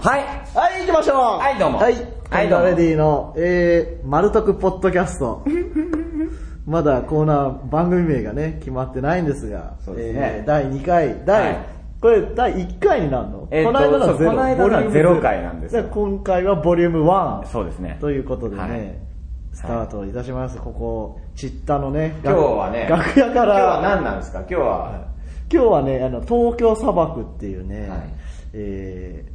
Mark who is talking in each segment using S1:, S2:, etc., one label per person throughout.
S1: はい。
S2: はい、行きましょう
S1: はいどうも
S2: はい、
S1: はいどうも
S2: ダレディの、えー、マルトクポッドキャスト。 まだコーナー、番組名がね、決まってないんですが、
S1: そうですね
S2: えー第2回、第、
S1: はい
S2: これ第1回になるの、
S1: えーと
S2: この間の
S1: そう
S2: ゼロ
S1: この間の
S2: ボリューム
S1: ゼロ回なんですよ
S2: で今回はボリューム1。
S1: そうですね
S2: ということでね、
S1: はい
S2: スタートいたします。ここ、ちったのね、
S1: 今日はね、
S2: 楽屋か
S1: 今
S2: ら、
S1: 日は何なんですか今日は、
S2: 今日はね、あの、東京砂漠っていうね、
S1: はい
S2: えー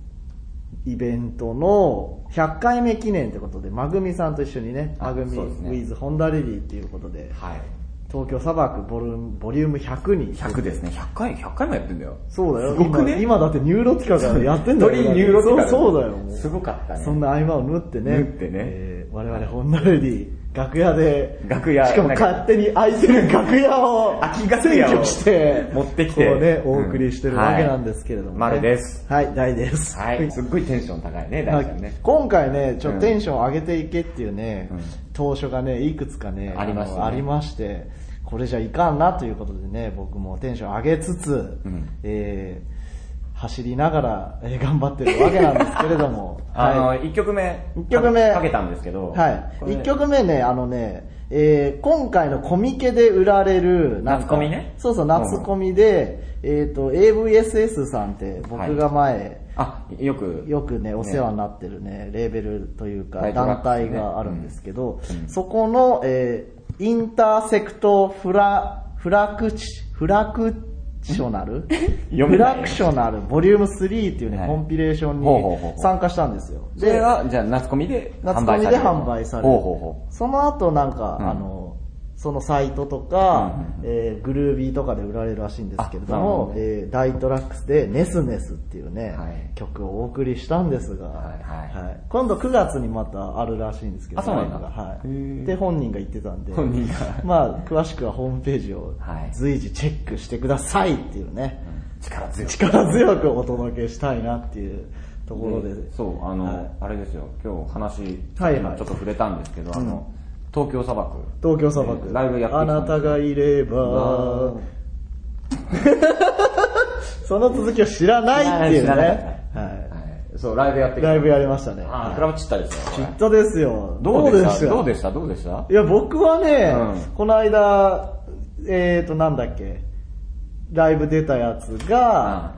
S2: イベントの100回目記念ってことで、まぐみさんと一緒にね、
S1: あ
S2: まぐみ
S1: そう
S2: ウ
S1: ですね
S2: ィズホンダレディっていうことで、
S1: はい。
S2: 東京砂漠ボリュームボリューム100に。
S1: 100ですね。100回、100回もやってんだよ。
S2: そうだよ。
S1: すごくね
S2: 今今だってニューロティカからやってんだよ。
S1: 鳥ニューロティカだ
S2: そうそうだよ。もう
S1: すごかったね
S2: そんな合間を縫ってね。
S1: 縫ってね
S2: えー我々ホンダレディ、楽屋で、
S1: 楽屋
S2: しかも勝手に空いてる楽屋を、
S1: 空き楽屋を
S2: 占拠して、
S1: 持ってきて
S2: こうね、
S1: うん
S2: お送りしてるわけなんですけれども、ね
S1: はい丸です。
S2: はい、大です。
S1: はい。すっごいテンション高いね、大ちゃんね。
S2: 今回ね、ちょっ
S1: う
S2: と
S1: ん
S2: テンション上げていけっていうね、
S1: うん
S2: 当初がね、いくつかね、
S1: ありましたね
S2: のありまして、これじゃいかんなということでね、僕もテンション上げつつ、
S1: ん、
S2: えー走りながら、えー頑張ってるわけなんですけれども
S1: あの、
S2: はい
S1: 1曲目。
S2: 一曲目
S1: かかけたんですけど。
S2: はい
S1: これ
S2: 一曲目ね、あのね、えー今回のコミケで売られる、なんか
S1: 夏コミね
S2: そうそう、夏コミで、えっ、と、AVSS さんって僕が前、
S1: あ、よく。
S2: よくね、お世話になってるね、レーベルというか
S1: ライ、トラック
S2: 団
S1: スね
S2: 体があるんですけど
S1: うんう、ん
S2: そこの、えーインターセクトフラ、フラクチ、フラクショナル
S1: 読
S2: フ
S1: めない
S2: ラクショナルボリューム3っていう
S1: は
S2: ね、
S1: い
S2: コンピレーション
S1: ほうほうほうほ
S2: に
S1: う
S2: 参加したんですよ。
S1: それは、じゃあ、夏コミで販売
S2: 夏コ
S1: さ
S2: ミ
S1: れる。
S2: で販売される。
S1: ほうほうほ
S2: その後なんか、
S1: うん
S2: あの、そのサイトとか、
S1: うん
S2: えーグルービーとかで売られるらしいんですけれど
S1: あなるほ
S2: も
S1: ど、ね
S2: えー大トラックスでネスネスっていうね、
S1: はい
S2: 曲をお送りしたんですが、
S1: はいはい
S2: 今度9月にまたあるらしいんですけど、
S1: あそうなんだ
S2: ライブがは
S1: へー
S2: い。で、本人が言ってたんで、
S1: 本人が
S2: まあ、詳しくはホームページを
S1: はい
S2: 随時チェックしてくださいっていうね、
S1: う。力強い。
S2: 力強くお届けしたいなっていうところで、
S1: そう、あ
S2: はい
S1: の、あれですよ、今日話、
S2: はいはい
S1: ちょっと触れたんですけど、あの、東京砂漠。
S2: 東京砂漠、
S1: えーライブやってきた
S2: あ
S1: んです
S2: なたがいれば その続きを知らないっていう
S1: 知
S2: ね
S1: らない
S2: は
S1: はいそう、ライブやってき
S2: い、
S1: た
S2: ライブやりましたね
S1: あー、クラブチッタですよ。これ
S2: きっとですよ
S1: どうでした
S2: よ
S1: どうでしたどうでした
S2: いや僕はね、
S1: うん
S2: この間えーとなんだっけライブ出たやつが、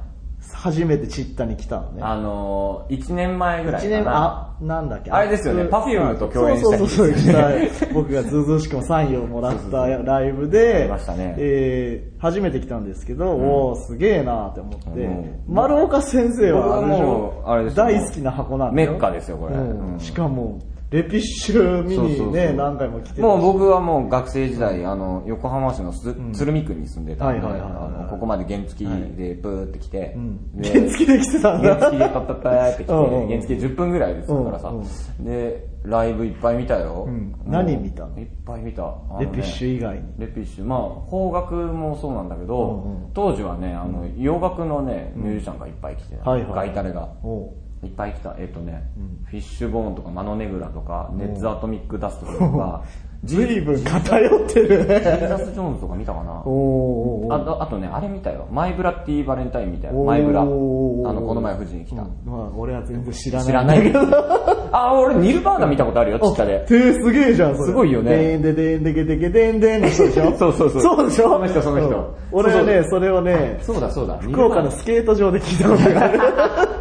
S2: 初めてチッタに来たのね
S1: あのー、1年前ぐらい
S2: 一
S1: か
S2: 年、
S1: な。
S2: あ、なんだっけ
S1: あれですよね
S2: あ
S1: Perfume と共演した日
S2: そうそうそう、した僕がずうずうしくもサインをもらったライブ
S1: あ
S2: で
S1: りましたね、
S2: えー初めて来たんですけど、おー、すげえなーって思って
S1: う、ん
S2: 丸岡先生はあれでし
S1: 僕はも
S2: ょ
S1: うあれですよ
S2: 大好きな箱なんだよ
S1: メッカですよこれ
S2: うん
S1: うん
S2: しかも、レピッシュ見
S1: そう
S2: に
S1: そうそ
S2: ね、
S1: う
S2: 何回も来てたし
S1: もう僕はもう学生時代、あの、横浜市のす鶴見区に住んでたんで、
S2: はいはいはいはい
S1: あのここまで原付でブーって来て、
S2: うん
S1: で
S2: 原付で来てたんだ
S1: 原付でパッパッパーって来て、
S2: うんうんうん
S1: 原付で10分ぐらいですからさ、
S2: うんう
S1: で、ライブいっぱい見たよ。
S2: うん
S1: もう
S2: 何見たの
S1: いっぱい見た。あのね
S2: レピッシュ以外に。
S1: レピッシュ、まあ、邦楽もそうなんだけど、
S2: うんう
S1: 当時はね、あの、洋楽のね、ミュージシャンがいっぱい来て、
S2: はいはい
S1: ガイタレが。
S2: おう
S1: いっぱい来た。えっ、とね、
S2: うん
S1: フィッシュボーンとかマノネグラとか、ネッツアトミックダストとか、ジー
S2: 随分偏ってる
S1: ジーザ
S2: ね。
S1: ス・ジョーンズとか見たかな
S2: おーおー
S1: あとあとね、あれ見たよ。マイブラっていうバレンタインみたいな。
S2: おー
S1: マイブラ。あの、この前富士に来た。
S2: うんまあ、俺は全然知らない。
S1: 知ら ないけど。あ、俺ニルバーナ見たことあるよ、ちっちゃで。
S2: てーすげえじゃん、それ
S1: すごいよね
S2: でんででんでけでけでんでんの人でしょ
S1: そうそうそう
S2: そうでしょ
S1: その人その人
S2: うん俺はね、それをね、
S1: そうだそうだ。
S2: 福岡のスケート場で聞いたことがある。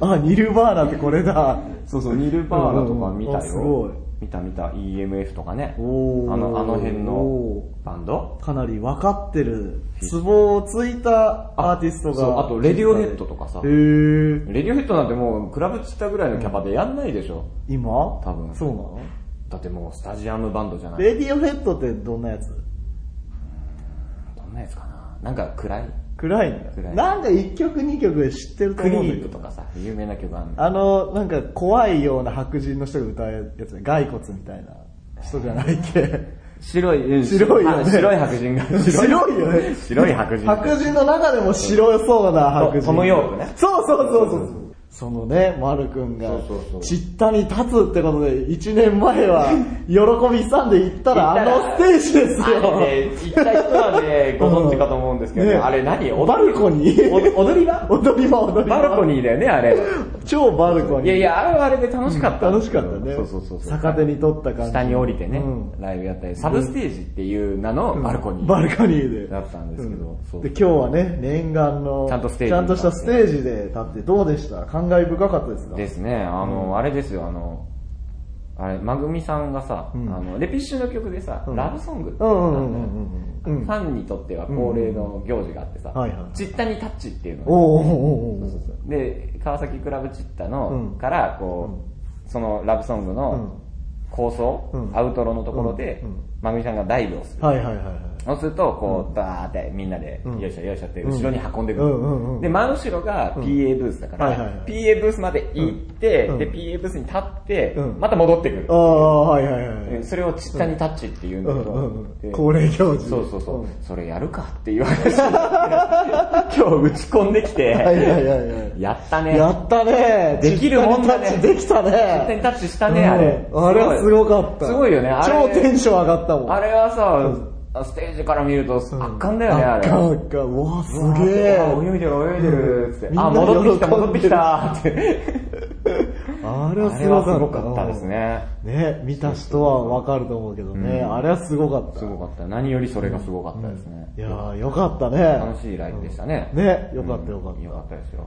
S2: あ、ニルバーナってこれだ。
S1: そうそう、ニルバーナとか見
S2: うんうんあ
S1: た
S2: すごい
S1: よ。見た見た、EMF とかね。あ
S2: おー
S1: の、あの辺の
S2: お
S1: バンド
S2: かなり分かってる、ツボをついたアーティスト
S1: そう
S2: が。
S1: あと、レディオヘッドとかさ
S2: へ。ー。
S1: レディオヘッドなんてもう、クラブチったぐらいのキャパでやんないでしょ。
S2: 今
S1: 多分
S2: そうなの
S1: だってもう、スタジアムバンドじゃない。
S2: レディオヘッドってどんなやつ
S1: どんなやつかななんか暗い。
S2: 暗いんだ
S1: 暗い
S2: なんか1曲2曲知ってると
S1: クリ
S2: 思うんだ
S1: ー
S2: け
S1: プ
S2: ど
S1: とかさ、有名な曲あるの。
S2: あのなんか怖いような白人の人が歌うやつね骸骨みたいな人じゃないっけ
S1: 白い、うん
S2: 白いよね
S1: あ白い白人が。
S2: 白いよ ね
S1: 白い白人。
S2: 白人の中でも白そうな白人
S1: トムヨークね
S2: そうそうそうそうそのね、丸くんが
S1: そうそうそ、う
S2: ちったに立つってことで、1年 前は、喜びさんで行ったら、
S1: 行
S2: あ
S1: ったら
S2: のステージですよ。
S1: あれね、行った人はね、ご存知かと思うんですけどね、
S2: ね
S1: あれ何
S2: バルコニー
S1: お踊り場
S2: 踊り場、踊り場。
S1: バルコニーだよね、あれ。
S2: 超バルコニー。
S1: いやいや、あれはあれで楽しかった。
S2: 楽しかったね。
S1: そうそうそうそう。
S2: 逆手に取った感じ。
S1: 下に降りてね
S2: うん、
S1: ライブやったり、サブステージっていう名のバルコニー。
S2: バルコニーで。
S1: だったんですけどそう
S2: で、今日はね、念願の、
S1: ちゃんとステージ
S2: ちゃんとしたステージで立って、どうでした感慨深かったですか
S1: ですね、あの、あれですよ、あの、あれ、まぐみさんがさ、
S2: うん
S1: あの、レピッシュの曲でさ、
S2: うん
S1: ラブソングって
S2: う
S1: あった
S2: ん
S1: のよ
S2: うんうんうんうん。
S1: フ
S2: うん。
S1: ァンにとっては恒例の行事があってさ、
S2: うんはいはい
S1: チッタにタッチっていうの。
S2: おうおうおうおう
S1: で、川崎クラブチッタ
S2: うん
S1: の、から、こう、そのラブソングの構想、
S2: うん
S1: アウトロのところで
S2: うんうん、
S1: まぐみさんがダイブをする。
S2: はいはいはいはい。
S1: そうすると、こう、バーってみんなで、
S2: うん
S1: よいしょよいしょって後ろに運んでく
S2: うんうんうん
S1: る。で、真後ろが PA ブースだか
S2: はいはいは
S1: ら、
S2: い
S1: PA ブースまで行って、
S2: うん
S1: で、PA ブースに立って
S2: う、ん
S1: また戻ってくる
S2: あ。あ、はいはいは
S1: うん
S2: い。
S1: それをちったにタッチって言うんだけ
S2: うんうんうん
S1: どで、
S2: 恒例行事、
S1: そうそうそううんそれやるかっていう話 になって今日打ち込んでき
S2: はい
S1: て、
S2: はいはいはい。
S1: やったね。
S2: やったね
S1: できるもんだね
S2: 実際にタッチできた
S1: 絶対に
S2: ね
S1: タッチしたね、あれ。
S2: うんあれはすごかった。
S1: すごいよね、あれ。
S2: 超テンション上がったもん。
S1: あれはさ、ステージから見ると圧巻だよね、あれ。
S2: あかんかん。うわ、すげえ。
S1: あ泳いでる泳いでるっつって
S2: みんな
S1: あ戻ってきた
S2: 喜んでる
S1: 戻ってきたって
S2: あ
S1: あ
S2: れ
S1: れ
S2: は
S1: は
S2: す
S1: す
S2: ご
S1: ご
S2: かった。
S1: かったです。ね
S2: ね、見た人はわかると思うけどね、あれはすごかった。
S1: すごかった何よりそれがすごかったですね
S2: いやー、よかったね。
S1: 楽しいライブでしたね
S2: ね、よかったよか
S1: よか
S2: っ
S1: ったですよ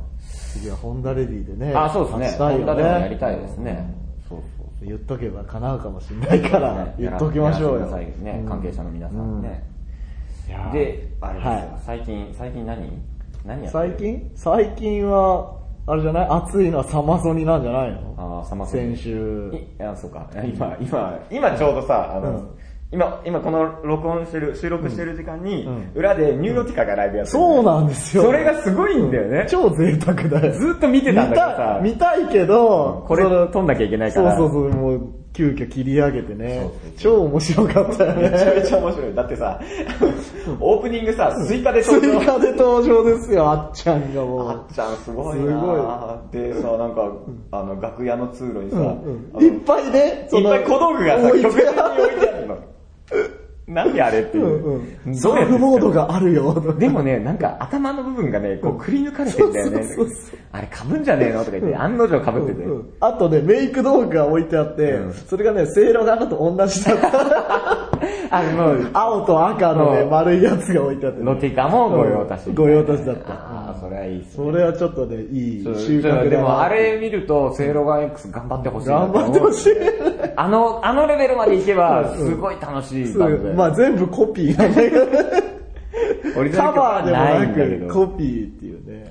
S2: た。次はホンダレディでね。
S1: あそうですね
S2: 勝ちたいよ
S1: ホンダでもやりたいですねそうそう
S2: 言っとけば叶うかもしれないから
S1: ね、
S2: 言っときましょう
S1: や
S2: よ
S1: ら。せてくださいね関係者の皆さんね
S2: いやー
S1: であれです
S2: は
S1: よ最近最近何何や
S2: い
S1: ってる
S2: 最近最近は、あれじゃない暑いのはサマソニなんじゃないの
S1: あーサマソニ
S2: 先週。
S1: いあそうか今今今ちょうどさあの、
S2: うん
S1: 今今この録音してる収録してる時間に、
S2: うん
S1: 裏でニューロティカがライブやってる、
S2: そうなんですよ。
S1: それがすごいんだよね、
S2: 超贅沢だよ。
S1: ずっと見てたんだけどさ
S2: 見たい見たいけど、
S1: これ
S2: その
S1: 撮んなきゃいけないか
S2: そう
S1: ら
S2: そうそう、もう急遽切り上げて
S1: そう
S2: ね
S1: そうそう、
S2: 超面白かったよ
S1: めちゃめ
S2: ね。
S1: ちゃ面白いだってさオープニングさスイカで
S2: 追
S1: 撮る
S2: 加で登場ですよ、あっちゃんがも
S1: あ
S2: う
S1: っ。ちゃんすごいなでさなんかあの楽屋の通路にさ、
S2: うん
S1: あ
S2: う
S1: の
S2: んいっぱいね、
S1: いっぱい小道具がさ
S2: 置い
S1: 曲
S2: て
S1: 順に置いてあ るの何あれっていうう、
S2: んうん。
S1: ど
S2: サ
S1: うやって
S2: ー
S1: 作
S2: フ
S1: る
S2: モードがあるよ。
S1: でもね、なんか頭の部分がね、こうくり抜かれてんだよね
S2: そうそうそうそ。
S1: あれ被んじゃねえのとか言って、案の定被ってて。
S2: うんあとね、メイク道具が置いてあって、
S1: うん
S2: それがね、せいろが赤と同じだった。
S1: あれもう、
S2: 青と赤のね、
S1: うん
S2: 丸いやつが置いてあって、
S1: ロティカもご用達。
S2: ご用達だった
S1: ああ、それはいいっすね。
S2: それはちょっとね、いい
S1: そう
S2: 収穫だな
S1: でもあれ見ると、セイロガン X 頑張ってほしいな
S2: 頑
S1: 思う
S2: 張ってほしい。
S1: あの、あのレベルまでいけば、すごい楽しい
S2: そ
S1: バンド
S2: う
S1: だよ。
S2: まあ全部コピーなんだけど、
S1: オリジナ
S2: カ
S1: ル曲は
S2: バーでも
S1: ないんだけ
S2: なくコ
S1: ど。
S2: ピーっていうね。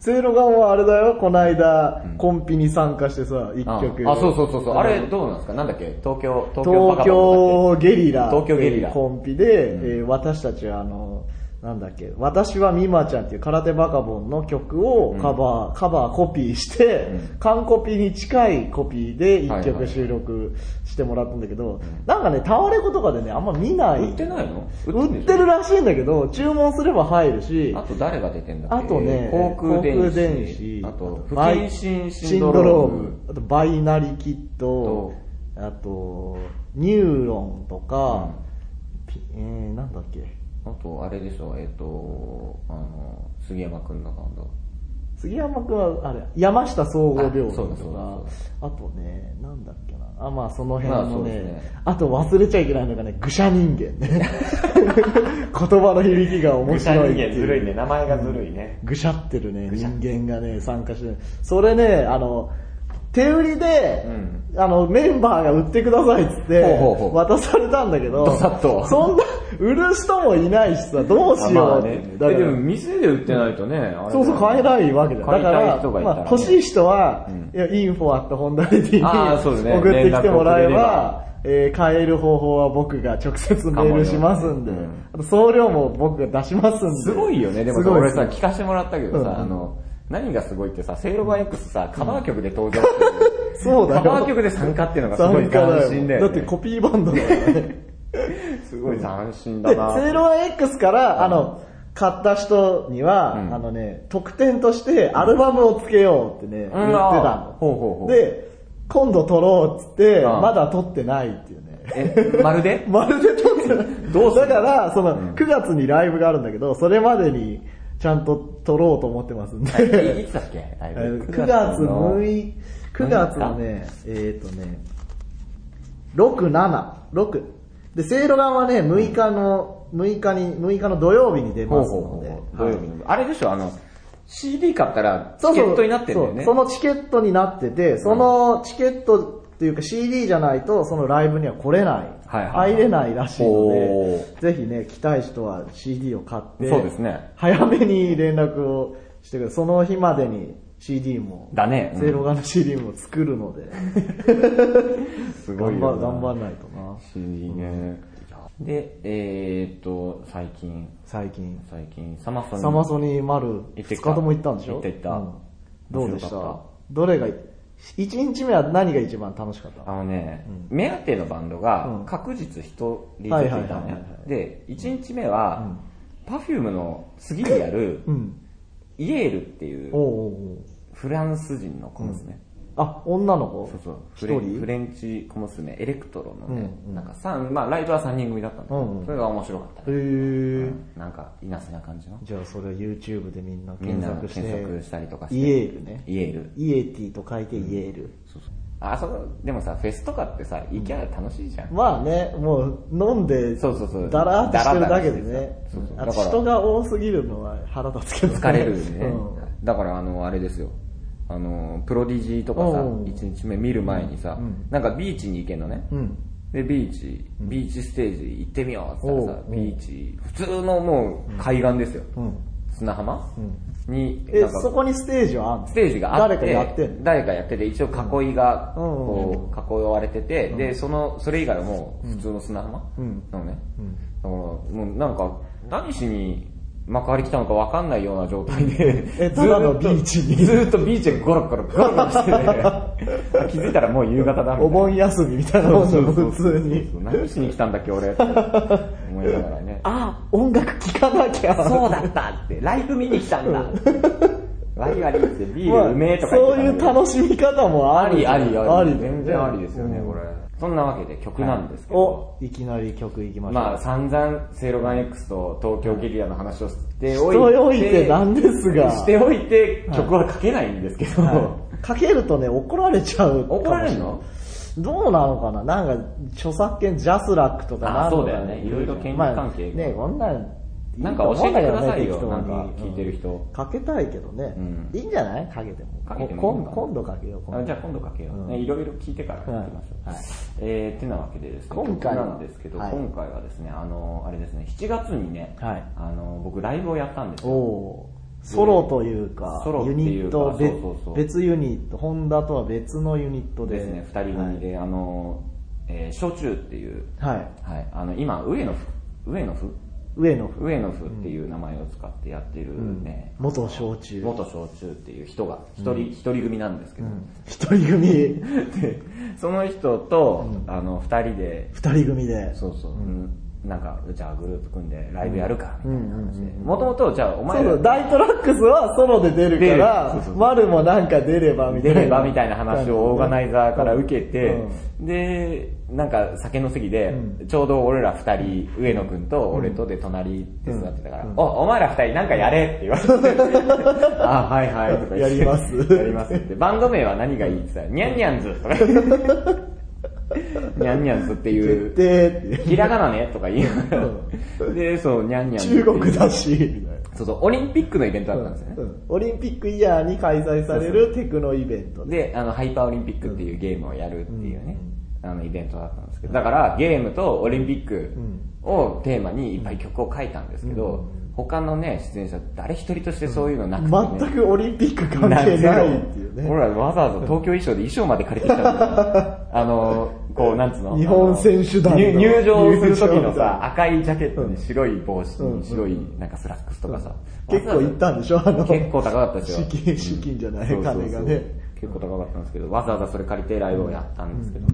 S2: セイロガンはあれだよ、この間、コンピに参加してさ、一
S1: ああ、
S2: 曲。
S1: そうそうそうそう。あれどうなんですかなんだっけ東京、東京バ
S2: 東
S1: カボンドだっけ
S2: 京ゲリラ。
S1: 東京ゲリラ
S2: コンピで、えー私たちはあの、なんだっけ、私はミマちゃんっていう空手バカボンの曲をカバー、カバーコピーして、
S1: う
S2: 完コピに近いコピーで一
S1: はいはいは
S2: 曲
S1: い
S2: 収録してもらったんだけど、なんかね、タワレコとかでね、あんま見な
S1: 売
S2: い。
S1: ってないの
S2: 売ってるらしいんだけど、注文すれば入るし
S1: あ、と誰が出てんだっ
S2: あ
S1: け
S2: とね、
S1: 航空
S2: 航
S1: 電
S2: 空
S1: 子。
S2: 電
S1: あと、不
S2: マイ
S1: 謹慎シ
S2: シ
S1: ン
S2: ン
S1: ド
S2: ド
S1: ロ
S2: ロ
S1: ー
S2: ー
S1: ム
S2: ム。、あとバイナリキッド、あと、ニューロンとか、ピえー、なんだっけ、
S1: あと、あれでしょ、えっ、と、あの、杉山くんのバンド。
S2: 杉山君は、あれ、山下総合病院
S1: あ
S2: と
S1: そう
S2: か
S1: だそうだそう、
S2: あとね、なんだっけな、あ、まあその辺
S1: まあそ
S2: の
S1: うです
S2: ね
S1: ね、
S2: あと忘れちゃいけないのがね、愚者人間 ね。言葉の響きが面白いっていう。
S1: 名前がずるいね。
S2: ぐしゃってるね、人間がね、参加してる。それね、あの、手売りで、あの、メンバーが売ってくださいっつって
S1: ほうほうほ、う
S2: 渡されたんだけど、
S1: どさっと
S2: そんな、売る人もいないしさ、どうしようって。だ
S1: え
S2: か
S1: でも
S2: ら
S1: 店で売ってないとね、あれ
S2: そうそう買えないわけじゃん。
S1: 買
S2: だ
S1: い
S2: か
S1: たい
S2: ら、
S1: 人がいた
S2: ま
S1: ら
S2: あ
S1: ね、
S2: 欲しい人は、
S1: うん
S2: いや、インフォアットホンダレディに
S1: あーそうですね
S2: 送ってきてもらえ
S1: 連絡
S2: ば、えー買える方法は僕が直接メールしますんで、
S1: かもようん
S2: あと送料も僕が出しますんで。
S1: すごいよね、でも
S2: す
S1: さ
S2: ごい
S1: 俺
S2: です
S1: さ、聞かせてもらったけどさ、
S2: うん
S1: あの、何がすごいってさ、セイロガン X さ、カバー曲で登場してる
S2: そうだよ
S1: カバー曲で参加っていうのがすごい
S2: 参加だよ
S1: 斬新だよ、
S2: だ
S1: ね。
S2: ってコピーバンドだからね。
S1: すごい斬新
S2: で、
S1: だな。
S2: 01X から、あの、買った人には、
S1: うん
S2: あのね、特典としてアルバムをつけようってね、言ってたの。
S1: ほうほうほう
S2: で、今度撮ろうっつって、
S1: うん
S2: まだ撮ってないっていうね。
S1: え、まるで
S2: まるで撮ってない。
S1: どうす
S2: だ
S1: る
S2: から、その、9月にライブがあるんだけど、それまでに、ちゃんと撮ろうと思ってますんで。
S1: えいつだっけライブ
S2: 9月
S1: の
S2: 6日、9月のね、えっ、とね、6、7、6。で、セイロガンはね、6日の、6日に、6日の土曜日に出
S1: ほう
S2: ます
S1: ほう
S2: ので、
S1: ほう。土曜日
S2: はい
S1: の。あれでしょ、あの、CD 買ったら、チ
S2: そう
S1: ケ
S2: そう
S1: ットになってんだよね。
S2: そうそのチケットになってて、そのチケットっていうか CD じゃないと、そのライブには来れない。
S1: はいはいはい
S2: 入れないらしいの
S1: お
S2: で、ぜひね、来たい人は CD を買って、
S1: そうですね
S2: 早めに連絡をしてください。その日までに CD も、
S1: だねうん
S2: ゼロガの CD も作るので、
S1: すごい
S2: 頑
S1: よ
S2: 張
S1: な。
S2: 頑張らないとな、
S1: CD ね。で、えーっと、最近、
S2: 最近。
S1: 最近、サマソニ
S2: サマソニー丸
S1: 行って
S2: 2
S1: き
S2: 日
S1: た
S2: とも行ったんでしょ
S1: 行った行った
S2: うんどうでし
S1: 面白か
S2: た
S1: っ
S2: どれが、1日目は何が一番楽しかった
S1: あのね、目当てのバンド
S2: う
S1: が
S2: ん
S1: 確実一人出てい
S2: はいはいはい
S1: た
S2: はいは
S1: ね
S2: い。
S1: で、1日目は、パフュームの次にやる、
S2: うん。
S1: イエールってい
S2: お
S1: う
S2: うおうおう
S1: フランス人の子ですね。
S2: あ、女の子
S1: そうそう。
S2: 一
S1: フレンフ
S2: 人
S1: レンチ小娘、エレクトロのね、
S2: うんうん
S1: なんか三まあライブは3人組だったんだけど、
S2: うんうん
S1: それが面白かった
S2: へ
S1: ね、
S2: ー
S1: うんなんか、いなせな感じの。
S2: じゃあそれは YouTube でみんな
S1: みんな
S2: 検索して。
S1: 検索したりとかして。
S2: イエールね。
S1: イエール。
S2: イエティと書いてイエール。
S1: そうそう。あそこ、でもさ、フェスとかってさ、行きゃ楽しいじゃん。
S2: まあね、もう飲んで、
S1: そうそうそう
S2: だらーっとしてるだけで
S1: だらだら
S2: ね
S1: してさそうそう。
S2: あ
S1: だ
S2: と
S1: から
S2: 人が多すぎるのは腹立つけどね。
S1: 疲れるよね、
S2: うん
S1: だからあのあれですよあのプロディジーとかさ
S2: うん
S1: 1日目見る前にさ、
S2: うん
S1: なんかビーチに行けんのね、
S2: うん
S1: でビーチビーチステージ行ってみようって言ったらさ
S2: おう
S1: ビーチ普通のもう海岸ですよ、
S2: うん。
S1: 砂浜、に
S2: え
S1: なん、か
S2: そこにステージはあんの
S1: ステージがあって
S2: 誰かやってんの
S1: 誰かやってて一応囲いが
S2: うん
S1: こう囲われてて、でそのそれ以外はもう普通の砂浜
S2: うん
S1: なのね、
S2: うん
S1: だからもうなんか何しに幕張来たのか分かんないような状態で
S2: えただのビーチに
S1: ずーっとずーっとビーチでゴロゴロゴロゴロ してて気づいたらもう夕方だみたいな
S2: お盆休みみたいなもんだもん普通に。
S1: 何しに来たんだっけ俺って思いながらね
S2: あ、音楽聴かなきゃ。
S1: そうだったって、ライブ見に来たんだ。ワリワリってビールうめえとか言っ
S2: そう
S1: てた
S2: い
S1: の
S2: う
S1: に
S2: 楽しみ方もあ
S1: あり
S2: り
S1: あり
S2: あ
S1: あり
S2: りだよね
S1: 全然ありですよね、
S2: うん
S1: これ。そんなわけで曲なんですけど、
S2: おいきなり曲いきましょう、
S1: まあ散々、セイロガン X と東京ゲリラの話をしておいて、
S2: しておいてなんですが
S1: しておいて曲は書けないんですけど、
S2: はいかけるとね怒られちゃうかもし
S1: 怒られ
S2: ない
S1: るの
S2: どうなのかななんか著作権ジャスラックとかなんとか
S1: あそうだよねいろいろ権利関係が
S2: まあ、ねこんなん
S1: なんか教えてくださいよ
S2: いいと思うんだけどね
S1: なんか聞いてる人
S2: うんかけたいけどね、
S1: うん
S2: いいんじゃないかけても
S1: かけてもいいのかな
S2: こ今今度かけよう今
S1: あ
S2: 度
S1: じゃあ今度かけよう、
S2: うん
S1: ねいろいろ聞いてから
S2: はい
S1: 聞きましょう、はいえー、ってなわけでですね
S2: 今回は
S1: 曲なんですけど、
S2: はい
S1: 今回はですねあのあれですね7月にね、
S2: はい
S1: あの僕ライブをやったんです
S2: お
S1: よ
S2: おーソロというか、
S1: ソロって
S2: ユニ
S1: いう
S2: ッ
S1: か
S2: トべ
S1: そうそうそう
S2: 別ユニット、ホンダとは別のユニットで。
S1: ですね2人組で、あの、えー、焼酎っていう、
S2: はい。
S1: はい、あの今上野ふ上野ふ
S2: 上野府。
S1: 上野府っていう名前を使ってやってるね、
S2: 元小中。
S1: 元小中っていう人が、一人、一人組なんですけど、
S2: 一人組、
S1: で、その人と、あの、二人で、
S2: 二人組で。
S1: そうそう、なんか、じゃあグループ組んでライブやるか、みたいな話で。もともと、じゃあお
S2: そ
S1: 前
S2: う
S1: ら
S2: だ、大トラックスはソロで出るから、
S1: 出るそうそうそう
S2: 丸もなんか出ればみた
S1: 出
S2: いな。
S1: ればみたいな話をオーガナイザーから受けて
S2: うん、
S1: で、なんか酒の席で
S2: う、
S1: ちょうど俺ら二人、上野くんと俺とで隣で座ってたから
S2: うん、
S1: お、お前ら二人なんかやれって言われて、 あ、はいはいとか言って
S2: やります
S1: やりますって。バンド名は何がいいって言ったら、ニャンニャンズとか言って。 ニャンニャンズってい
S2: 絶
S1: う、
S2: 対っていう
S1: ひらがなねとか言いなが
S2: う
S1: ら、で、そう、ニャンニャンズってい
S2: 中
S1: う。
S2: 国だし、みたいな。
S1: そうそう、オリンピックのイベントだったんですよね
S2: う。んオリンピックイヤーに開催されるテクノイベントで。
S1: で、あの、ハイパーオリンピックっていうゲームをやるっていうね、あの、イベントだったんですけど、だから、ゲームとオリンピックをテーマにいっぱい曲を書いたんですけど、他のね、出演者、誰一人としてそういうのなくて、ね。
S2: 全くオリンピック関係ないっていう
S1: 俺
S2: ね。
S1: らわざわざ東京衣装で衣装まで借りてき たんだよあの、こう、なんつうの
S2: 日本選手団の
S1: 入入場する時の
S2: 入場みたい
S1: さ、赤いジャケットに白い帽子に白いなんかスラックスとかさ。
S2: 結構行ったんでしょあの、
S1: 結構高かったですよ
S2: 資金、資金じゃない、
S1: そうそうそう
S2: 金がね。
S1: 結構高かったんですけど、わざわざそれ借りてライブをやったんですけど、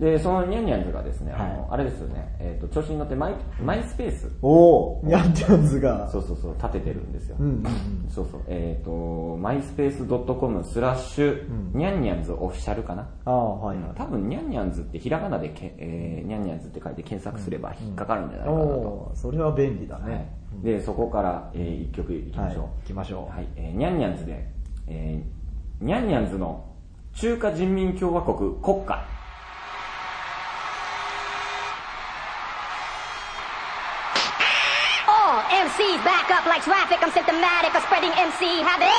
S1: で、そのニャンニャンズがですね、あのあれですよね、えっ、と、調子に乗ってマイマイスペース、
S2: おぉ、ニャンチャンズが
S1: そ。うそうそう、立ててるんですよ。
S2: うんうん
S1: そうそう、えっ、と、マイスペース .com スラッシュ、ニャンニャンズオフィシャルかな。
S2: ああ、はいはい。
S1: 多分、ニャンニャンズってひらがなでけ、えー、ニャンニャンズって書いて検索すれば引っかかるんじゃないかなと。
S2: おーそれは便利だ
S1: は
S2: ね
S1: い。で、そこから、えー、一曲いきま
S2: はい、
S1: しょう
S2: 行。きましょ
S1: はい、えー、ニャンニャンズで、えー、ニャンニャンズの中華人民共和国国歌。
S3: All MCs back up like traffic. I'm symptomatic of spreading MC habit.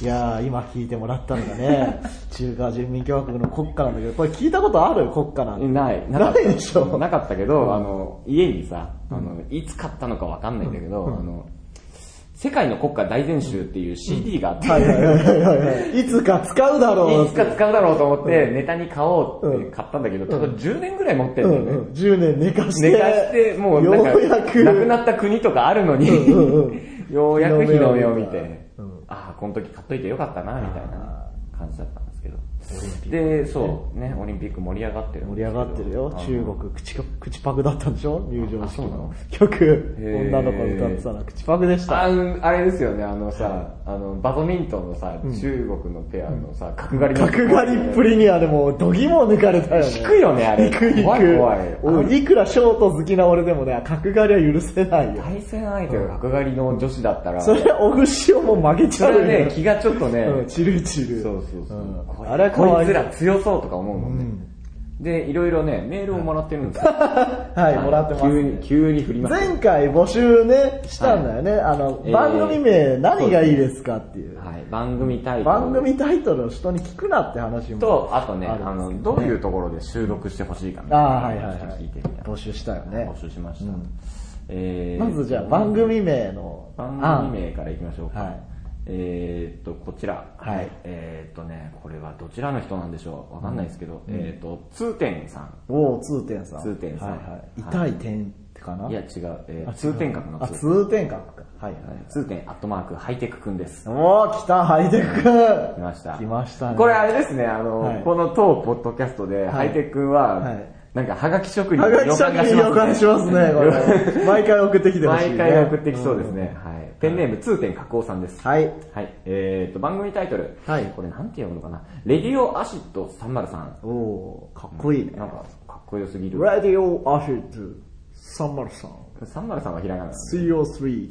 S2: う。いやー、今聞いてもらったの がね、中華人民共和国の国歌なんだけど、これ聞いたことある国歌なん
S1: え
S2: て。
S1: ない、なかった。
S2: ないでしょ
S1: なかったけど、あの、家にさ、あの、いつ買ったのかわかんないんだけど、あの、世界の国家大全集っていう CD があって、
S2: はいはいはいはいはい。いつか使うだろう
S1: いつか使うだろうと思って、ネタに買おうって買ったんだけど、多分10年ぐらい持ってん
S2: う
S1: だよ
S2: ん
S1: ね。
S2: うん、10年寝かして。
S1: 寝かして、もうなん
S2: ようや
S1: か、
S2: く。
S1: 亡くなった国とかあるのに
S2: うんうんう、
S1: ようやく日の目を見
S2: 日の目を見
S1: て、ああ、この時買っといてよかったな、みたいな感じだったんですけど。で、そう、ね、オリンピック盛り上がってるん
S2: 盛
S1: で
S2: り
S1: すけ
S2: 上
S1: ど。
S2: がってる
S1: あ
S2: よ
S1: の。
S2: 中国、口か、口パクだったんでしょ入場式
S1: あそうな
S2: の
S1: の
S2: 曲。
S1: へー
S2: 女の子歌ってたのは口パクでした。
S1: あうんあれですよね、あのさ、あの、バドミントンのさ、中国のペアのさ、角刈りの
S2: 角刈りっぷりにはでも、どぎも抜かれたよね。
S1: 引くよねあれ
S2: 引く引く。
S1: 怖い怖い
S2: おいいくらショート好きな俺でもね、角刈りは許せないよ。
S1: 対戦相手が角刈りの女子だったら、
S2: それ、お串をもう曲げち
S1: そ
S2: ゃうよ
S1: れね、気がちょっとね、
S2: うん、チルチル。
S1: そうそうそう。
S2: ん
S1: こい
S2: あれは可
S1: こ
S2: 愛
S1: い
S2: い。
S1: つ
S2: は
S1: ら強そうとか思うもんね。で、いろいろね、メールをもらってるんですよ。
S2: い、もらってます。
S1: 急に、急に振ります。
S2: 前回募集ね、したんだよね。あの、
S1: えー
S2: 番組名何がいいですかっていう。
S1: はい、番組タイトル。
S2: 番組タイトルを人に聞くなって話も。
S1: と、あとね、あ
S2: るんですけど
S1: の、どういうところで収録してほしいかみたい
S2: あ
S1: な
S2: あ、はいはいはい
S1: 聞いてみた。
S2: 募集したよね
S1: 募。集しました。えー
S2: まずじゃあ番組名の。
S1: 番組名からいきましょうか。
S2: はい
S1: えーっと、こちら。
S2: はい
S1: えーっとね、これはどちらの人なんでしょうわかんないですけど、えーっと、通天さん。
S2: おお、通天さん。
S1: 通天さん
S2: はいはい。
S1: は
S2: 痛い点かない
S1: や、違う。えー通天閣の
S2: あ、
S1: 通天。
S2: 通天閣か。はいはい。
S1: 通天アットマークハイテクくんです。
S2: おー、来た、ハイテク来
S1: 来ました。
S2: 来ましたね。
S1: これあれですね、あの、
S2: はい
S1: この当ポッドキャストで、
S2: い
S1: ハイテク君は、
S2: はい
S1: なんかハガキ職人
S2: はがき職人予感しますね、こ れ。毎回送ってきてほしい、ね。
S1: 毎回送ってきそうですね。はい。ペンネーム通天加工さんです。
S2: はい。
S1: はい。えーと、番組タイトル。
S2: はい
S1: これなんて読むのかな。レディオアシッド303。
S2: おおー、かっこいいね。
S1: なんか、かっこよすぎる。
S2: ラディオアシッド303、
S1: 303はひらがな。
S2: 303。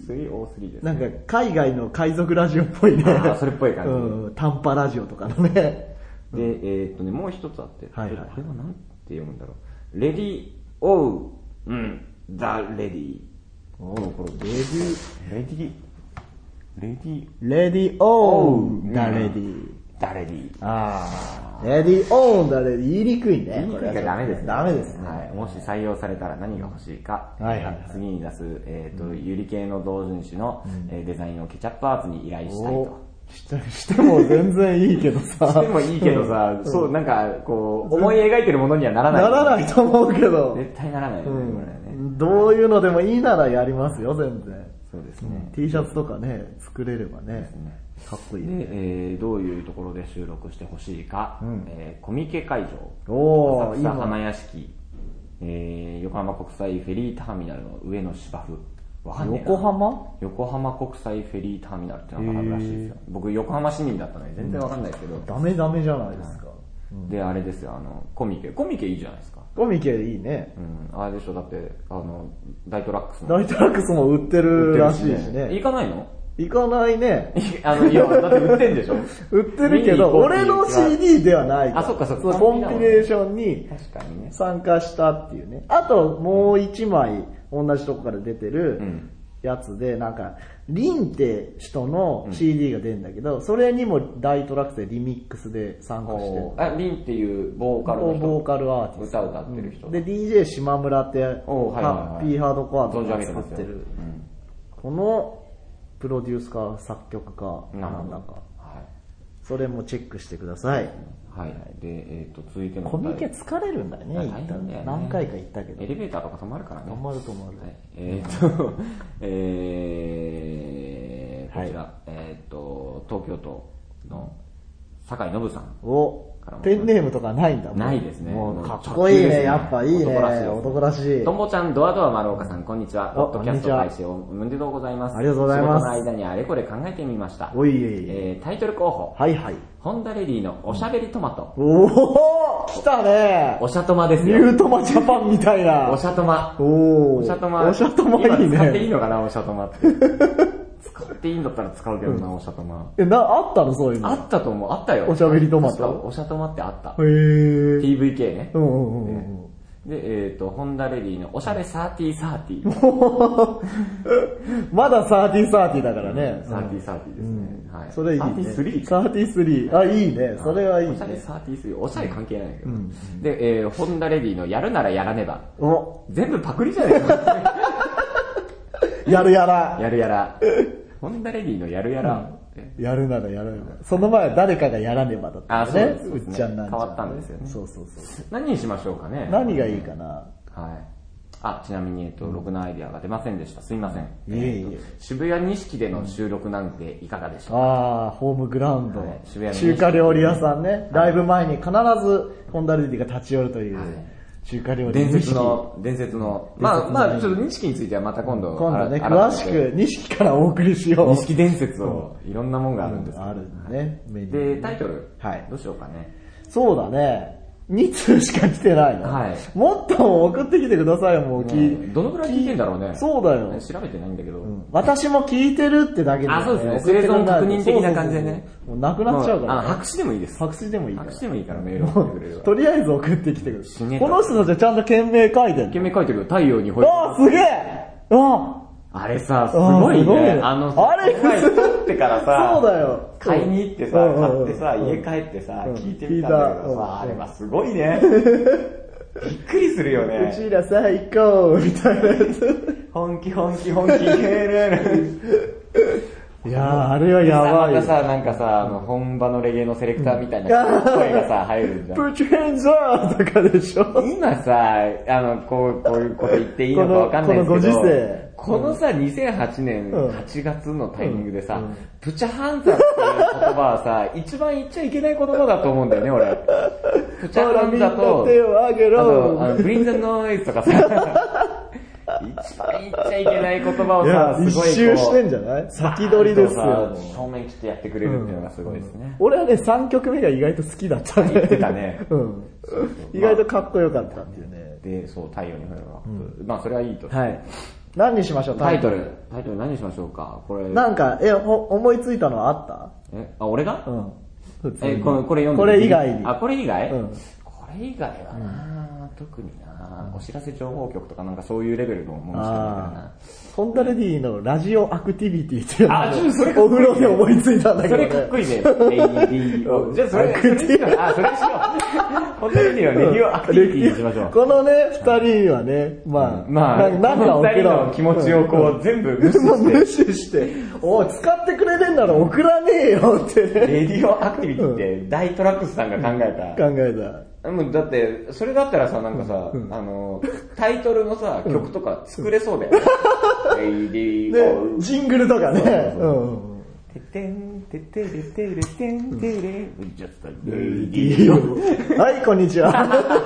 S1: 303です。
S2: なんか、海外の海賊ラジオっぽいね。
S1: あーそれっぽい感じ
S2: うん、短波ラジオとかのね。
S1: で、えーっとね、もう一つあって、
S2: はいはいはい
S1: これはなんて読むんだろう。レディオー、うん、ザ・レディ。
S2: おーこれレディ、
S1: レディ、レディ、
S2: レディオーン
S1: ダ
S2: だレディ。
S1: ザ・レディ。
S2: あー。レディオーンだレディ。言いにくいね。
S1: 言いにくいからダメですね。
S2: ダメですね。
S1: はい。もし採用されたら何が欲しいか。
S2: はいはいはい
S1: 次に出す、えっ、と、ゆり系の同人誌の、えーデザインをケチャップアーツに依頼したい
S2: お
S1: と。
S2: してしても全然いいけどさ。
S1: でもいいけど さ、そう、なんか、こう、思い描いてるものにはならない。
S2: ならないと思うけど。
S1: 絶対ならないよね、これはね。
S2: どういうのでもいいならやりますよ、全然。
S1: そうですね。
S2: T シャツとかね、作れればね、かっこいい。
S1: で、えーどういうところで収録してほしいか、えーコミケ会場、
S2: おー
S1: 浅草花屋敷、えー横浜国際フェリーターミナルの上の芝生。わかんねえな
S2: 横浜
S1: 横浜国際フェリーターミナルってのがあるらしいですよ。僕、横浜市民だったので全然わかんないですけど、
S2: ダメダメじゃないですか。
S1: で、あれですよ、あの、コミケ。コミケいいじゃないですか。
S2: コミケいいね
S1: う。ん、あれでしょ、だって、あの、大トラックスの。
S2: ダイトラックスも売ってるらしいし
S1: 行
S2: ね。
S1: かないの
S2: 行かないね。
S1: あの、いや、だって売ってん でしょ
S2: 売ってるけど、俺の CD ではないら
S1: あそっかそっか
S2: うコンピレーションに
S1: 確かにね。
S2: 参加したっていうね。あともう一枚、同じとこから出てる
S1: ん
S2: やつで、なんか、リンって人の CD が出るんだけど、それにも大トラックスでリミックスで参加してる。
S1: あ、リンっていうボーカルの人。
S2: ボーカルアーティスト。
S1: 歌を歌ってる人。
S2: で、DJ 島村って、
S1: おうはいはいはい
S2: ハッピーハードコア
S1: 存
S2: と
S1: じ上
S2: か
S1: げて
S2: 作
S1: ま
S2: っ
S1: すよ
S2: てる。この、プロデュースか作曲か、
S1: なる
S2: な
S1: ほ
S2: ん
S1: ど。
S2: だか。
S1: は
S2: それもチェックしてください。
S1: い。はい。で、えっ、と、続いての
S2: コ
S1: お便り。
S2: ミケ疲れるんだよね、
S1: 大
S2: 行っ
S1: 変だ
S2: た
S1: よ
S2: ら
S1: ね
S2: 何回か行ったけど
S1: エ。レベーターとか止まるからね。
S2: 止まる止まる
S1: はい、えっ、と、 えー、こちら、えっ、と、東京都の酒井信さん。
S2: お、ペンネームとかないんだもん
S1: ないですね。
S2: もう
S1: も
S2: か
S1: う
S2: っこいい
S1: 直球です
S2: ね、やっぱいいね。
S1: 男らしいです
S2: 男らしい
S1: と。もちゃん、ドアドア丸岡さん、こんにちは。
S2: お
S1: ポッドキャスト
S2: こんに
S1: 開
S2: ち
S1: 始おめでとうございます。
S2: ありがとうございます
S1: 仕事の間にあれこれ考えてみました。
S2: おいえい
S1: え
S2: え。
S1: ー、タイトル候補、
S2: はいはい。
S1: ホンダレディのおしゃべりトマト。
S2: おお来たね
S1: おしゃとまです
S2: ニ
S1: よ。
S2: ュートマジャパンみたいな。
S1: おしゃとま。
S2: おー
S1: おしゃとま。
S2: おしゃとまいい
S1: 今使っていい
S2: ね。
S1: のかな、おしゃとま って。使っていいんだったら使うけどな、おしゃとま。
S2: え、な、あったのそういうの。
S1: あったと思う、あったよ。
S2: おしゃべりトマト
S1: 確かおしゃとまってあった
S2: へ。ー。
S1: TVK ね
S2: う。んうんうんうん。
S1: で、えっと、ホンダレディのおしゃれサーティーサーティー。
S2: まだサーティーサーティーだからね。
S1: サーティーサーティーですね。はい。
S2: それいいね。
S1: 33
S2: サーティースリー。あ、いいね。それはいい
S1: おしゃれ
S2: ね。
S1: サーティー3。おしゃれ関係ないけど。で、えーホンダレディのやるならやらねば。
S2: お、
S1: 全部パクリじゃないか。
S2: やるやら。
S1: やるやら。ホンダレディのやるやら。
S2: やるならやらねば。その前は誰かがやらねばだったんだよ
S1: あ
S2: ね。
S1: そうですそうです
S2: うっちゃんなんちゃん。
S1: 変わったんですよね
S2: そうそうそう。
S1: 何にしましょうかね。
S2: 何がいいかな。
S1: はい。あ、ちなみに、えっと、ろくなアイディアが出ませんでした。すいません。
S2: いえいえ
S1: っと渋谷錦での収録なんていかがでしょう
S2: ああ、ホームグラウンド、
S1: はい渋谷の
S2: 中華料理屋さんね、ライブ前に必ずホンダルディが立ち寄るという、
S1: はい
S2: 中華料理
S1: 伝説の、伝説の、まあまあちょっと錦についてはまた今度、
S2: 錦今度ね、
S1: あら
S2: 詳し
S1: 改めて
S2: く錦からお送りしよう。
S1: 錦伝説を、いろんなもんがあるんですけど
S2: あるね、メニュー
S1: で、タイトル、
S2: はい
S1: どうしようかね。
S2: そうだね。2通しか来てないの。
S1: はい
S2: もっと送ってきてくださいよ、もうき、
S1: うんどのくらい聞いてんだろうね。
S2: そうだよ。
S1: 調べてないんだけど。
S2: 私も聞いてるってだけで、
S1: あそうですね
S2: 送ってくれないと
S1: 生存確認的な感じでね
S2: そうそうそうもうなくなっちゃうから、
S1: まああの白紙でもいいです。
S2: 白紙でもいいから
S1: 白紙でもいいからメール送ってくれれば。
S2: とりあえず送ってきてく
S1: ね
S2: れ
S1: え
S2: この人たちはちゃんと件名書い
S1: 懸
S2: てる。
S1: 命書いてるけど、太陽に吠
S2: あ
S1: え
S2: あ、
S1: て
S2: すげえあ
S1: あれさ、すごい
S2: あすごい
S1: ね
S2: ね。
S1: あの、
S2: あれ
S1: この前撮ってからさ、
S2: そうだよ
S1: 買いに行ってさ、
S2: うんうんうん
S1: 買ってさ、
S2: うん
S1: 家帰ってさ、
S2: うん
S1: 聞いてみたんだけ
S2: 聞
S1: ど
S2: いたうん
S1: さ、あれはすごいね。びっくりするよ
S2: あ、う
S1: ね。
S2: ちら最高みたいなやつ。
S1: 本気本気本気。
S2: いやー、あれはやばい
S1: また
S2: よ。
S1: さ、なんかさ、あの、本場のレゲエのセレクターみたいな声がさ、入るじゃん。
S2: Put your hands up! とかでしょ。
S1: 今さ、あの、こう、こういうこと言っていいのかわかんないですけど、
S2: このこのご時世
S1: このさ、2008年
S2: うん
S1: 8月のタイミングでさ、
S2: うん
S1: プチャハンザっていう言葉はさ、一番言っちゃいけない言葉だと思うんだよね、 俺。プチャハンザと、
S2: ほらみんな手を挙げろ
S1: あとあの、ブリンザノイズとかさ、一番言っちゃいけない言葉を
S2: いや
S1: さ、、
S2: 一
S1: すごいこう。
S2: 周してんじゃない先取りですよ
S1: バーンと。さ正面切ってやってくれるっていうのがすごいですね。
S2: 俺はね、3曲目が意外と好きだったね。
S1: 言ってたね
S2: うん。意外とかっこよかったっていうね。
S1: で、そう、太陽に吠えろ。まあ、それはいいと。
S2: はい。何にしましょう
S1: タイトル。タイトル何にしましょうかこれ。
S2: なんか、え、ほ思いついたのはあっ
S1: え、あ、俺が
S2: たうん。普通に
S1: え、このこれ読んで
S2: これ以外に。
S1: あ、これ以外
S2: うん
S1: これ以外はな特になお知らせ情報局とかなんかそういうレベルのものしかない
S2: あーホンダレディのラジオアクティビティっていうのを
S1: あちょっとそれかっ
S2: お
S1: こいい
S2: 風呂で思いついたんだ
S1: な。
S2: け
S1: そ
S2: ど、
S1: れ
S2: ね。
S1: かっこいいね。ADO。じゃあそれ、それしよう。あ、それしよう。本当にいいよ。レディオアクティビティにしましょう。
S2: このね、二人はね、まあ、
S1: まあ、
S2: ななんか
S1: この二
S2: 送
S1: 人
S2: ろう
S1: の気持ちをこう、全部無視
S2: うん
S1: して。
S2: 無視して、おい、使ってくれてんなら送らねえよってね、
S1: レディオアクティビティって、大トラックスさんが考えた。
S2: 考えた。
S1: もうだって、それだったらさ、なんかさ、あの、タイトルのさ、曲とか作れそうだよね。
S2: で
S1: ADO、。
S2: ジングルとかね。
S1: そうそうそう
S2: うん
S1: ててん、ててれてれてんてれ。ちょっと、
S2: はい、こんに ちは。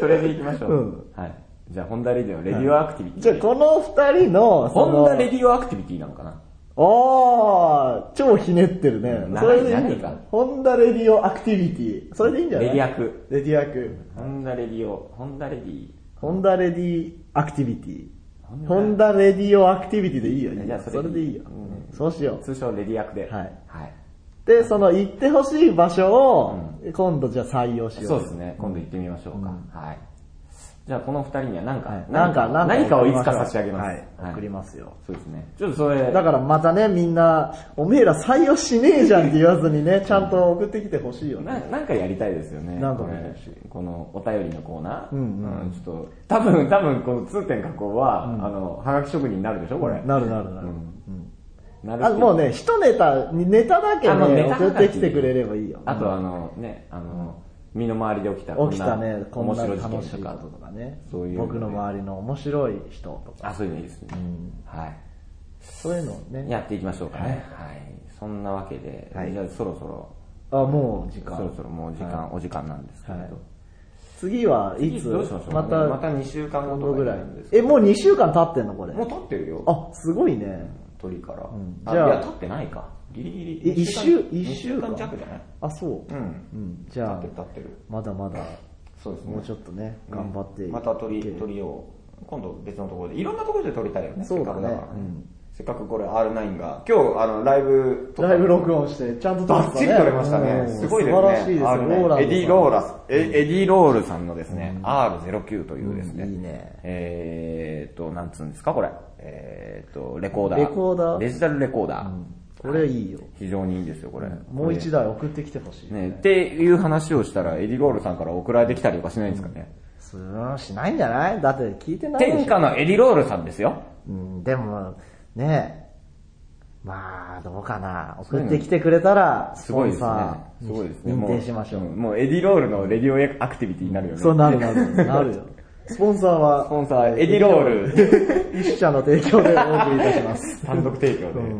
S1: それでいきましょ
S2: う
S1: う。はい。じゃあ、ホンダレディオ、レディオアクティビ
S2: じ
S1: テ
S2: ゃあ、
S1: ィ。
S2: この二人の、その
S1: ホンダレディオアクティビティなのかな
S2: あー、超ひねってるね。
S1: 何
S2: それでいい
S1: 何が
S2: ホンダレディオアクティビティ。それでいいんじゃない
S1: レディアク。
S2: レディアク。
S1: ホンダレディオ、ホンダレディ。
S2: ホンダレディアクティビテ
S1: ホン
S2: ィ。
S1: ダ
S2: ホンダレディオアクティビティでいいよ。いい
S1: じゃ
S2: よ
S1: あそれ
S2: それでいいよ。そうしよう。
S1: 通称レディアクで。
S2: はい
S1: はい。
S2: で、その行ってほしい場所を、今度じゃあ採用しよう。
S1: そうですね。今度行ってみましょうか。はい。じゃあ、この二人には何か、
S2: はい。な
S1: 何
S2: んか、なん
S1: 何かをいつか
S2: 送りましょう
S1: 差し上げます。
S2: はい。送り
S1: す。
S2: ますよ。
S1: そうですね。ちょっとそれ、
S2: だからまたね、みんな、おめえら採用しねえじゃんって言わずにね、ちゃんと送ってきてほしいよ
S1: な
S2: ね。
S1: なんかやりたいですよね。
S2: なんか
S1: これ
S2: ね
S1: このお便りのコーナー。
S2: うんうん
S1: ちょっと、多分、多分、この通点加工は、あの、はがき職人になるでしょ、これ。
S2: なるなるな
S1: う
S2: る。
S1: んなる
S2: あ、
S1: けど
S2: もう、ね、一ネタ、ネタだけ
S1: あのネ
S2: ね、
S1: タはが
S2: 送
S1: き
S2: ってきてくれればいいよ。
S1: あとあの、ね、あの、身の回りで起きた、
S2: 起きたね、こん
S1: 面
S2: な
S1: 白い
S2: 楽
S1: 事件
S2: し
S1: と
S2: いこ
S1: か
S2: と。とかね。
S1: そういうのね
S2: 僕の周りの面白い人とか。
S1: あ、そういうのいいですね。はい。
S2: そういうのをね。
S1: やっていきましょうかね。はい。そんなわけで、
S2: はい
S1: じゃあそろそろ、
S2: あ、もう時間。
S1: そろそろもう時間、
S2: は
S1: お時間なんですけれど。
S2: はい次はいつ
S1: どうしましょうかね
S2: ま
S1: また、
S2: た、
S1: 2週間後と
S2: 今
S1: か
S2: 度ぐ
S1: にな
S2: らい
S1: るんです。け
S2: え、もう2週間経ってんのこれ
S1: ど。もう経ってるよ。
S2: あ、すごいね。
S1: 鳥から。
S2: ん
S1: あ
S2: じゃあ
S1: いや、経ってないか。ギリギ
S2: え
S1: リ。
S2: 一週、
S1: 二
S2: 一
S1: 週
S2: 週
S1: 間
S2: 間
S1: 二週間弱じゃない
S2: あ、そう。
S1: うん
S2: うん。じゃ
S1: 経ってる経ってる
S2: あ、まだまだ、
S1: そうですね。
S2: もうちょっとね、
S1: うん
S2: 頑張って。
S1: また鳥、鳥を、今度別のところで、いろんなところで撮りたいよね。
S2: そうだね
S1: せっかくから
S2: うん
S1: せっかくこれ R9 が、今日、あの、ライブ撮った、
S2: ライブ録音して、ちゃんと撮
S1: バッチリ撮れましたね。
S2: うん
S1: すごいですね。
S2: 素晴らしいですよ
S1: R ね
S2: ローランド
S1: エ
S2: さん
S1: ディ・ローラス、えエディ・ロールさんのですね、R09 というですね、
S2: うんいいね
S1: えーっと、なんつうんですか、これ。えーっと、レコーダー。
S2: レコーダー
S1: デジタルレコーダー。
S2: これいいよ。
S1: 非常にいいんですよ、これ。
S2: もう一台送ってきてほしい。
S1: ね、っていう話をしたら、エディ・ロールさんから送られてきたりとかしないんですかね。
S2: それはしないんじゃないだって聞いてないでしょ
S1: 天下のエディ・ロールさんですよ。
S2: うん、でも、ねまあ、どうかな。送ってきてくれたら、
S1: すごいですね
S2: さ。
S1: すごいですね。
S2: 認
S1: もう
S2: 定しましょう。
S1: んもうエディ・ロールのレディオアクティビティになるよね。
S2: そうなるなる、なるよ。スポンサーは、
S1: スポンサーエディロー
S2: ル。一社の提供でお送りいたします。
S1: 単独提供で。
S2: うん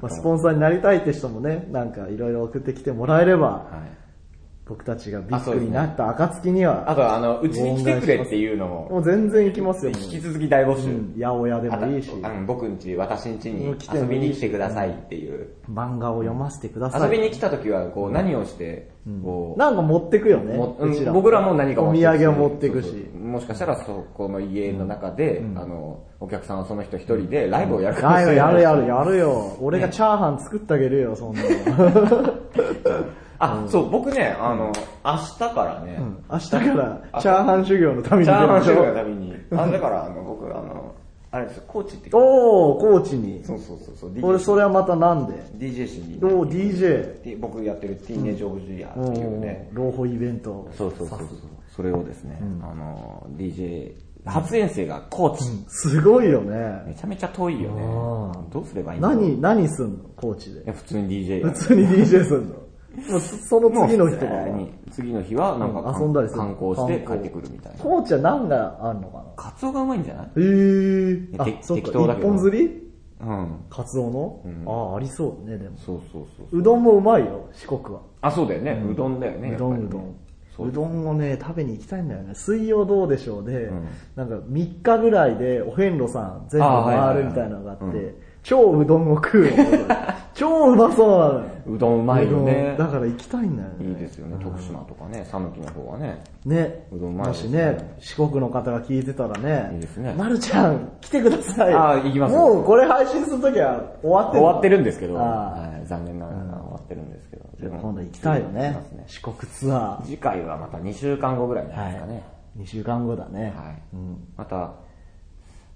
S2: まあ、スポンサーになりたいって人もね、なんかいろいろ送ってきてもらえれば、はい、僕たちがビックになった暁には。
S1: あ,、と、あの、うちに来てくれっていうのも。
S2: もう全然行きますよ、
S1: ね。引き続き大募集。
S2: 八百屋でもいいし。
S1: あの僕んち、私んちに遊びに来てくださいっていう。
S2: 漫画を読ませてくださ
S1: い。遊びに来た時は、こう、何をして、こ
S2: う、なんか持ってくよね。
S1: 僕らも何か
S2: お土産を持ってくし。
S1: もしかしたら、そこの家の中で、あの、お客さんはその人一人でライブをやる
S2: かもしれない。ライブやるやるやるよ。俺がチャーハン作ってあげるよ、そんな
S1: あ、そう、僕ね、あの、明日からね、
S2: 明日から、チャーハン修行のために。
S1: チャーハン修行のために。あ、だから、あの、僕、あの、あれですよ、コーチって。
S2: おー、コーチに。
S1: そうそうそうそう。
S2: 俺、それはまたなんで
S1: ?DJ 氏に。
S2: おー、DJ。
S1: 僕やってるティーネージョージアっていうね。
S2: 朗報イベント。
S1: そうそうそう。それをですね、あの、DJ、初遠征がコーチ。
S2: すごいよね。
S1: めちゃめちゃ遠いよね。どうすればいい
S2: の何、何すんのコーチで。
S1: 普通に DJ
S2: 普通に DJ すんの。その次の日とか
S1: に。次の日は、なんか、
S2: 遊んだりする
S1: 観光して帰ってくるみたいな。
S2: コーチは何があるのかな
S1: カツオがうまいんじゃない
S2: へー。
S1: え適当だけ
S2: ど。一本釣り
S1: うん。
S2: カツオの、うん、ああ、ありそうね、でも。
S1: そうそう
S2: そううどんもうまいよ、四国は。
S1: あ、そうだよね。うどんだよね。
S2: うどん、うどん。うどんをね、食べに行きたいんだよね。水曜どうでしょうで、なんか3日ぐらいでお遍路さん全部回るみたいなのがあって、超うどんを食う 超うまそうなのよ。
S1: うどんうまいよね。
S2: だから行きたいんだよね。
S1: いいですよね。徳島とかね、讃岐の方はね。
S2: ね。
S1: うどんうまいも
S2: しね、四国の方が聞いてたらね。
S1: いいですね。
S2: まるちゃん、来てください。
S1: ああ、行きます。
S2: もうこれ配信するときは終わって
S1: る。終わってるんですけど。はい、残念ながら終わってるんですけど。
S2: でも今度行きたいよね。四国ツアー。
S1: 次回はまた2週間後ぐらいになりますかね。
S2: 2週間後だね。
S1: はい。また、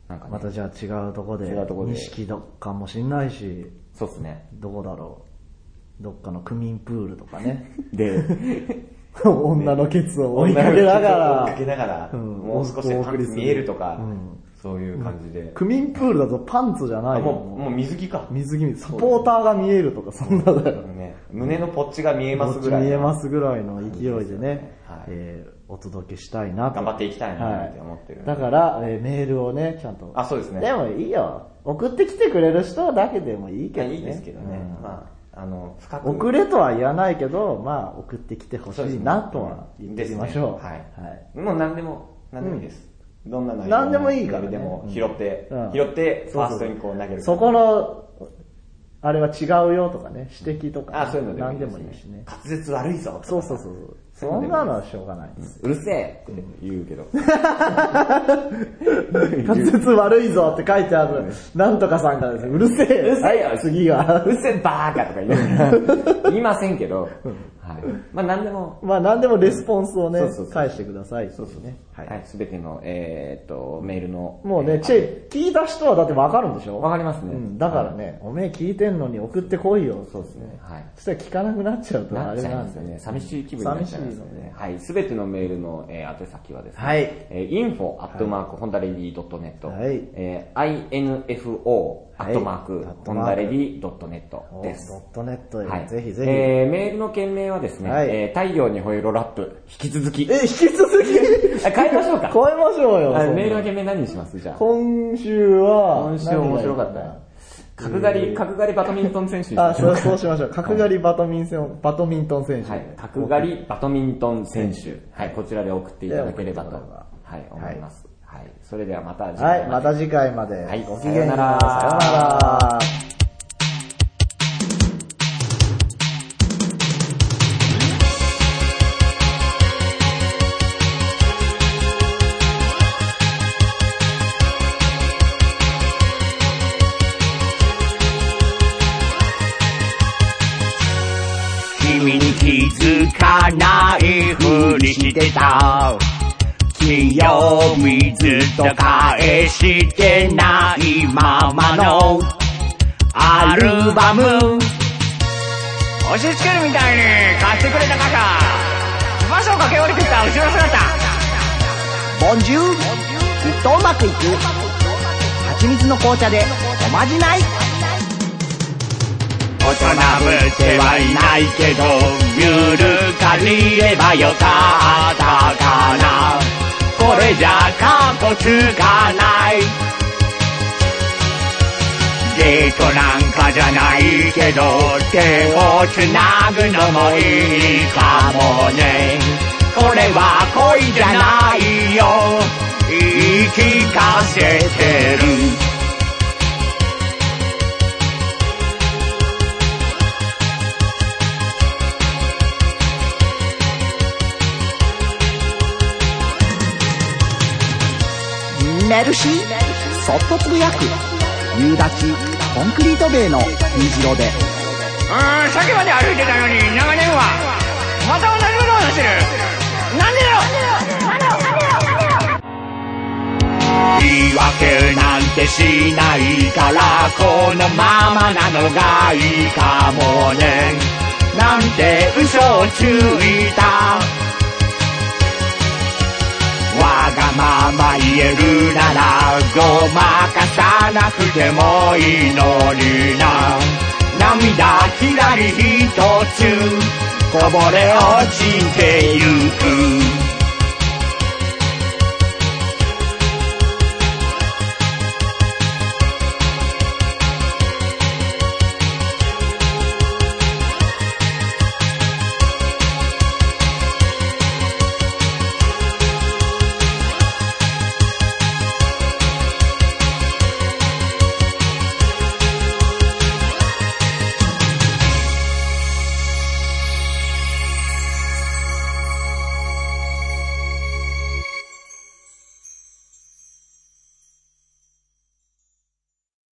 S1: なんか
S2: またじゃあ違うとこで。
S1: 違うとこで。
S2: 錦どっかもしんないし。
S1: そうっす ね。
S2: どこだろう。どっかの区民プールとかね。
S1: で、
S2: 女のケツを追いかけながら。
S1: 追いかけながら、もう少しパンツ見えるとか、そういう感じで。
S2: 区民プールだとパンツじゃない
S1: もう、もう水着か。
S2: 水着、サポーターが見えるとか、そんなだよ。
S1: ね、胸のポッチが見えますぐらい。
S2: 見えますぐらいの勢いでね、えお届けしたいなと。
S1: 頑張っていきたいなって思ってる。
S2: だから、えメールをね、ちゃんと。
S1: あ、そうですね。
S2: でもいいよ。送ってきてくれる人だけでもいいけどね。
S1: いいですけどね。まあ、あの、
S2: 深く。遅れとは言わないけど、まあ、送ってきてほしいなとは言ってみましょ
S1: う。はい。もう何でも、何でもいいです。どんな内容
S2: 何でもいいから。
S1: でも拾って、拾って、ファーストにこう投げる。
S2: そこの、あれは違うよとかね、指摘とか。
S1: あ、そういうので
S2: 何でもいいしね。
S1: 滑舌悪いぞ
S2: そうそうそう。そんなのはしょうがない。
S1: うるせえって言うけど。
S2: 滑舌悪いぞって書いてある、なんとかさんからですね、うるせえ。うるせえよ、次は。
S1: うるせえバーカとか 言う。言いませんけど、はい。まあ何でも。
S2: まあ何でもレスポンスをね、返してください。
S1: そうそうね。はい。すべての、えっと、メールの。
S2: もうね、チェ、聞いた人はだってわかるんでしょ
S1: わかりますね。
S2: だからね、おめえ聞いてんのに送ってこいよ。
S1: そうですね。はい。
S2: そしたら聞かなくなっちゃうと
S1: あれなんですよね。寂しい気分になっちゃう。ね、はい。すべてのメールの、えー、宛先はですね、
S2: はい。
S1: えー、info、アットマーク、ホンダレディドットネット。
S2: はい。
S1: えー、info、アットマーク、ホンダレディドットネットです。
S2: ドットネットで、はい、ぜひぜひ。
S1: えー、メールの件名はですね、はい、えー、太陽に吠えろラップ、引き続き。
S2: え、引き続き
S1: 変えましょうか。
S2: 変えましょうよ。
S1: メールの件名何にしますじゃあ。
S2: 今週は、
S1: 今週面白かったよ。角刈り、角刈りバドミントン選手にし
S2: ましょう。あ、そうしましょう。角刈りバドミントン、バドミントン選手。
S1: はい。角刈りバドミントン選手。はい。こちらで送っていただければと、はい、思います。はい。それではまた
S2: 次回。はい。また次回まで。
S1: はい。
S2: ごきげんよう。さようなら。
S4: 君に気づかないふりしてた強みずっと返してないままのアルバム押し付けるみたいに貸してくれた傘翼を駆け下りてきた後ろ姿
S5: ボンジュールきっとうまくいく蜂蜜の紅茶でおまじない
S4: 大人ぶってはいないけど、ゆるかりればよかったかな。れじゃカッコつかないデートなんかじゃないけど手をつなぐのもいいかもねこれは恋じゃないよ言い聞かせてる
S5: メルシーそっとつぶやく夕立コンクリート塀の虹色で
S4: うーん、さっきまで歩いてたのに、長年は。また同じことをしてる。なんでだろう言い訳なんてしないから、このままなのがいいかもね。なんて嘘をついた。わがまま言えるならごまかさなくてもいいのにな涙ひらりひとつこぼれ落ちてゆく